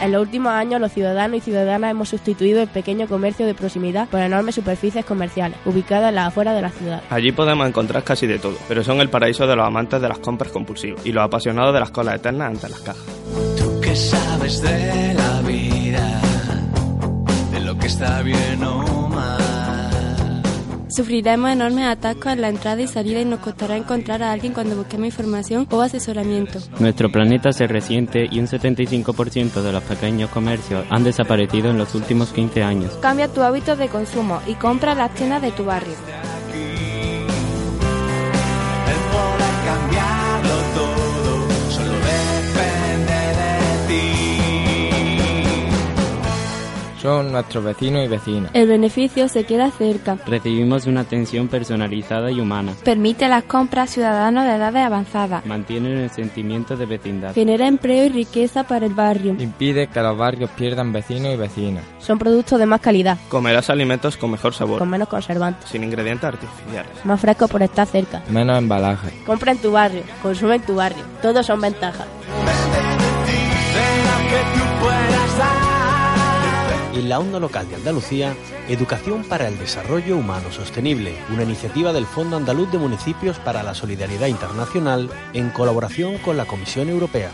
En los últimos años, los ciudadanos y ciudadanas hemos sustituido el pequeño comercio de proximidad por enormes superficies comerciales, ubicadas en las afueras de la ciudad. Allí podemos encontrar casi de todo, pero son el paraíso de los amantes de las compras compulsivas y los apasionados de las colas eternas ante las cajas. Tú que sabes de la vida, de lo que está bien o mal. Sufriremos enormes atascos en la entrada y salida y nos costará encontrar a alguien cuando busquemos información o asesoramiento. Nuestro planeta se resiente y un 75% de los pequeños comercios han desaparecido en los últimos 15 años. Cambia tu hábito de consumo y compra las tiendas de tu barrio. Él podrá cambiarlo todo, solo depende de ti. Son nuestros vecinos y vecinas. El beneficio se queda cerca. Recibimos una atención personalizada y humana. Permite las compras ciudadanos de edades avanzadas. Mantienen el sentimiento de vecindad. Genera empleo y riqueza para el barrio. Impide que los barrios pierdan vecinos y vecinas. Son productos de más calidad, Comerás alimentos con mejor sabor, con menos conservantes, sin ingredientes artificiales. más frescos por estar cerca. Menos embalajes. Compra en tu barrio, consume en tu barrio. Todos son ventajas. De lo que tú puedas dar. Y en la onda local de Andalucía, Educación para el Desarrollo Humano Sostenible, una iniciativa del Fondo Andaluz de Municipios para la Solidaridad Internacional en colaboración con la Comisión Europea.